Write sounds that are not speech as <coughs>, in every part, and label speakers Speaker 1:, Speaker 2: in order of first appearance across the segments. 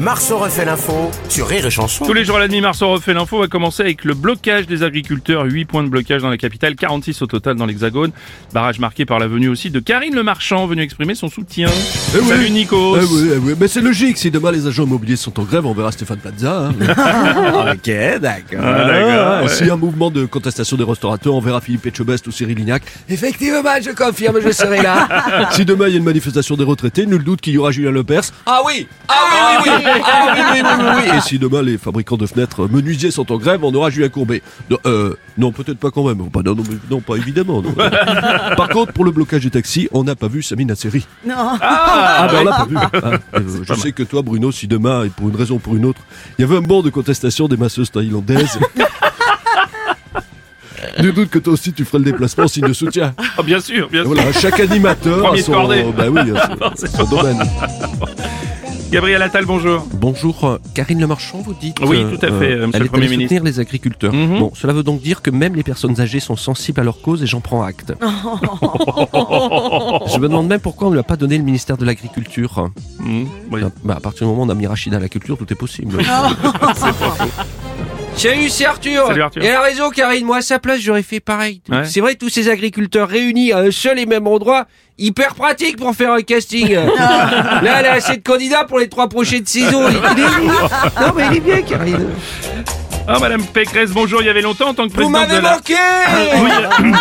Speaker 1: Marceau refait l'info sur Rire et Chanson.
Speaker 2: Tous les jours à la nuit, Marceau refait l'info va commencer avec le blocage des agriculteurs. 8 points de blocage dans la capitale, 46 au total dans l'Hexagone. Barrage marqué par la venue aussi de Karine Le Marchand, venue exprimer son soutien.
Speaker 3: oui.
Speaker 2: Salut Nico.
Speaker 3: Ah oui, ah oui, mais c'est logique, si demain les agents immobiliers sont en grève, on verra Stéphane Plaza. hein. <laughs> ok, d'accord.
Speaker 2: Ah, d'accord, ouais.
Speaker 3: Si un mouvement de contestation des restaurateurs, on verra Philippe Etchebest ou Cyril Lignac. Effectivement, je confirme, je serai là. <laughs> si demain il y a une manifestation des retraités, nul doute qu'il y aura Julien Lepers. Ah oui Ah oui, oui, oui Ah oui, oui, oui, oui, oui. Et si demain les fabricants de fenêtres euh, menuisiers sont en grève, on aura Julien Courbet. Non, euh, non, peut-être pas quand même. Pas- non, non, mais- non, pas évidemment. <laughs> non. Par contre, pour le blocage des taxis, on n'a pas vu Samina Seri. Ah,
Speaker 2: bah,
Speaker 3: ben on l'a pas vu. Ah, euh, je sais que toi, Bruno, si demain, et pour une raison ou pour une autre, il y avait un banc de contestation des masseuses
Speaker 4: <laughs>
Speaker 3: thaïlandaises. Nul doute que toi aussi tu ferais le déplacement signe de soutien.
Speaker 2: Ah, bien sûr, bien sûr.
Speaker 3: Voilà, chaque animateur
Speaker 2: Premier
Speaker 3: a
Speaker 2: de
Speaker 3: son,
Speaker 2: cordée.
Speaker 3: bah oui,
Speaker 2: <laughs>
Speaker 3: a son- son domaine.
Speaker 2: Gabriel Attal, bonjour.
Speaker 4: Bonjour, euh, Karine Le Marchand, vous dites. euh,
Speaker 2: Oui, tout à fait, monsieur
Speaker 4: elle
Speaker 2: le
Speaker 4: est
Speaker 2: Premier
Speaker 4: allée
Speaker 2: ministre.
Speaker 4: soutenir les agriculteurs.
Speaker 2: Mhm.
Speaker 4: Bon, cela veut donc dire que même les personnes âgées sont sensibles à leur cause et j'en prends acte.
Speaker 2: <laughs>
Speaker 4: Je me demande même pourquoi on ne lui a pas donné le ministère de l'Agriculture.
Speaker 2: Mmh, oui.
Speaker 3: Ah.
Speaker 4: Bah, à partir du moment où on a mis Rachida à la culture, tout est possible.
Speaker 5: Ah Salut, c'est Arthur.
Speaker 2: Salut, Arthur.
Speaker 5: Et elle a raison, Karine. Moi, à sa place, j'aurais fait pareil.
Speaker 2: Ouais.
Speaker 5: C'est vrai, tous ces agriculteurs réunis à un seul et même endroit, hyper pratique pour faire un casting. Là, elle a assez de candidats pour les trois prochaines saisons. Il est bien. Non, mais il est bien, Karine.
Speaker 2: Ah, Madame Pécresse, bonjour. Il y avait longtemps en tant que
Speaker 5: Vous
Speaker 2: présidente
Speaker 5: m'avez
Speaker 2: de la...
Speaker 5: manqué
Speaker 2: Oui,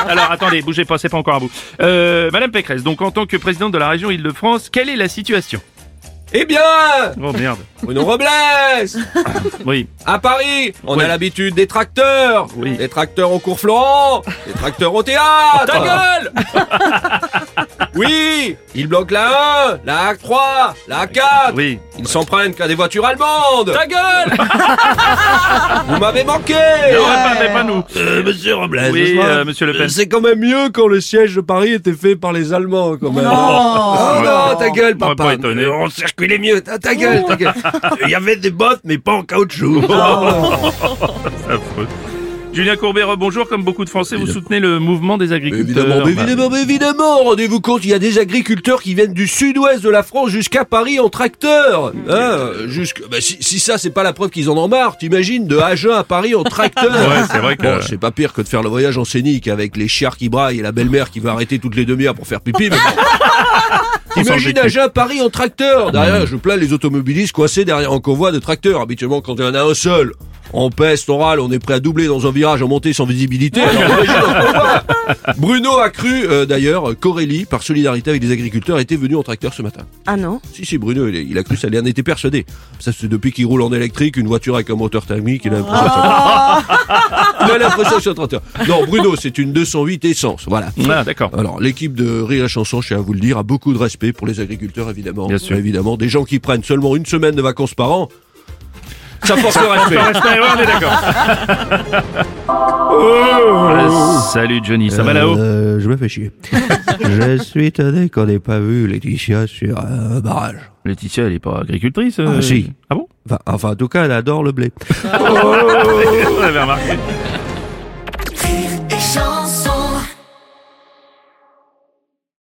Speaker 2: <coughs> alors attendez, bougez pas, c'est pas encore à bout. Euh, Madame Pécresse, donc en tant que présidente de la région Île-de-France, quelle est la situation
Speaker 5: Eh bien,
Speaker 2: Oh merde.
Speaker 5: Bruno Robles
Speaker 2: Oui.
Speaker 5: À Paris, on
Speaker 2: Ouais.
Speaker 5: a l'habitude des tracteurs.
Speaker 2: Oui.
Speaker 5: Des tracteurs au cours Florent, des tracteurs au théâtre. Ta gueule <laughs> Oui, ils bloquent la 1, la A3, la A4.
Speaker 2: Oui.
Speaker 5: Ils s'en prennent qu'à des voitures allemandes. Ta
Speaker 3: <laughs>
Speaker 5: gueule Vous m'avez manqué
Speaker 2: Non, pas, mais pas nous.
Speaker 3: monsieur Robles,
Speaker 2: Oui, euh, monsieur Le Pen.
Speaker 3: c'est quand même mieux quand le siège de Paris était fait par les Allemands, quand même.
Speaker 5: Oh non, ta gueule,
Speaker 2: Ah, On va pas
Speaker 5: papa.
Speaker 2: étonner.
Speaker 3: On circulait mieux.
Speaker 5: Ta, ta gueule,
Speaker 2: <laughs>
Speaker 5: ta gueule.
Speaker 3: Il y avait des bottes, mais pas en caoutchouc.
Speaker 2: Affreux. Julien Courbet, bonjour. Comme beaucoup de Français, vous soutenez le mouvement des agriculteurs.
Speaker 3: Évidemment, mais
Speaker 2: Bah,
Speaker 3: évidemment, mais évidemment. Rendez-vous compte, il y a des agriculteurs qui viennent du sud-ouest de la France jusqu'à Paris en tracteur. Hein, jusque- bah, si, si ça, c'est pas la preuve qu'ils en ont marre. T'imagines, de Agen à Paris en tracteur.
Speaker 2: Ouais, c'est vrai que-
Speaker 3: Bon, c'est pas pire que de faire le voyage en scénique avec les chiards qui braillent et la belle-mère qui va arrêter toutes les demi-heures pour faire pipi. mais bon. Imagine
Speaker 2: décrit.
Speaker 3: Agen à Paris en tracteur. Derrière, je plains les automobilistes coincés derrière un convoi de tracteurs. Habituellement, quand il y en a un seul, on peste, on râle, on est prêt à doubler dans un virage en montée sans visibilité. Alors, imagine un convoi. Bruno a cru, euh, d'ailleurs, qu'Aurélie, par solidarité avec les agriculteurs, était venu en tracteur ce matin.
Speaker 6: Ah non
Speaker 3: Si, si, Bruno, il, il a cru, ça il en était persuadé. Ça, c'est depuis qu'il roule en électrique, une voiture avec un moteur thermique, il a l'impression
Speaker 2: Ah.
Speaker 3: que- Il a l'impression que c'est un tracteur. Non, Bruno, c'est une 208 essence, voilà.
Speaker 2: Ah, d'accord.
Speaker 3: Alors, l'équipe de Rire et Chanson, je tiens à vous le dire, a beaucoup de respect pour les agriculteurs, évidemment.
Speaker 2: Bien sûr.
Speaker 3: Évidemment, des gens qui prennent seulement une semaine de vacances par an, ça force le respect.
Speaker 2: Ouais, ouais, on est d'accord.
Speaker 3: <laughs>
Speaker 2: Euh, Salut Johnny, ça va là-haut
Speaker 7: Euh, Je me fais
Speaker 2: <laughs>
Speaker 7: chier. je suis étonné qu'on n'ait pas vu Laetitia sur euh, un barrage.
Speaker 2: Laetitia, elle est pas agricultrice euh
Speaker 7: Ah, si.
Speaker 2: Ah bon
Speaker 7: Enfin, enfin, en tout cas, elle adore le blé.
Speaker 2: Vous avez remarqué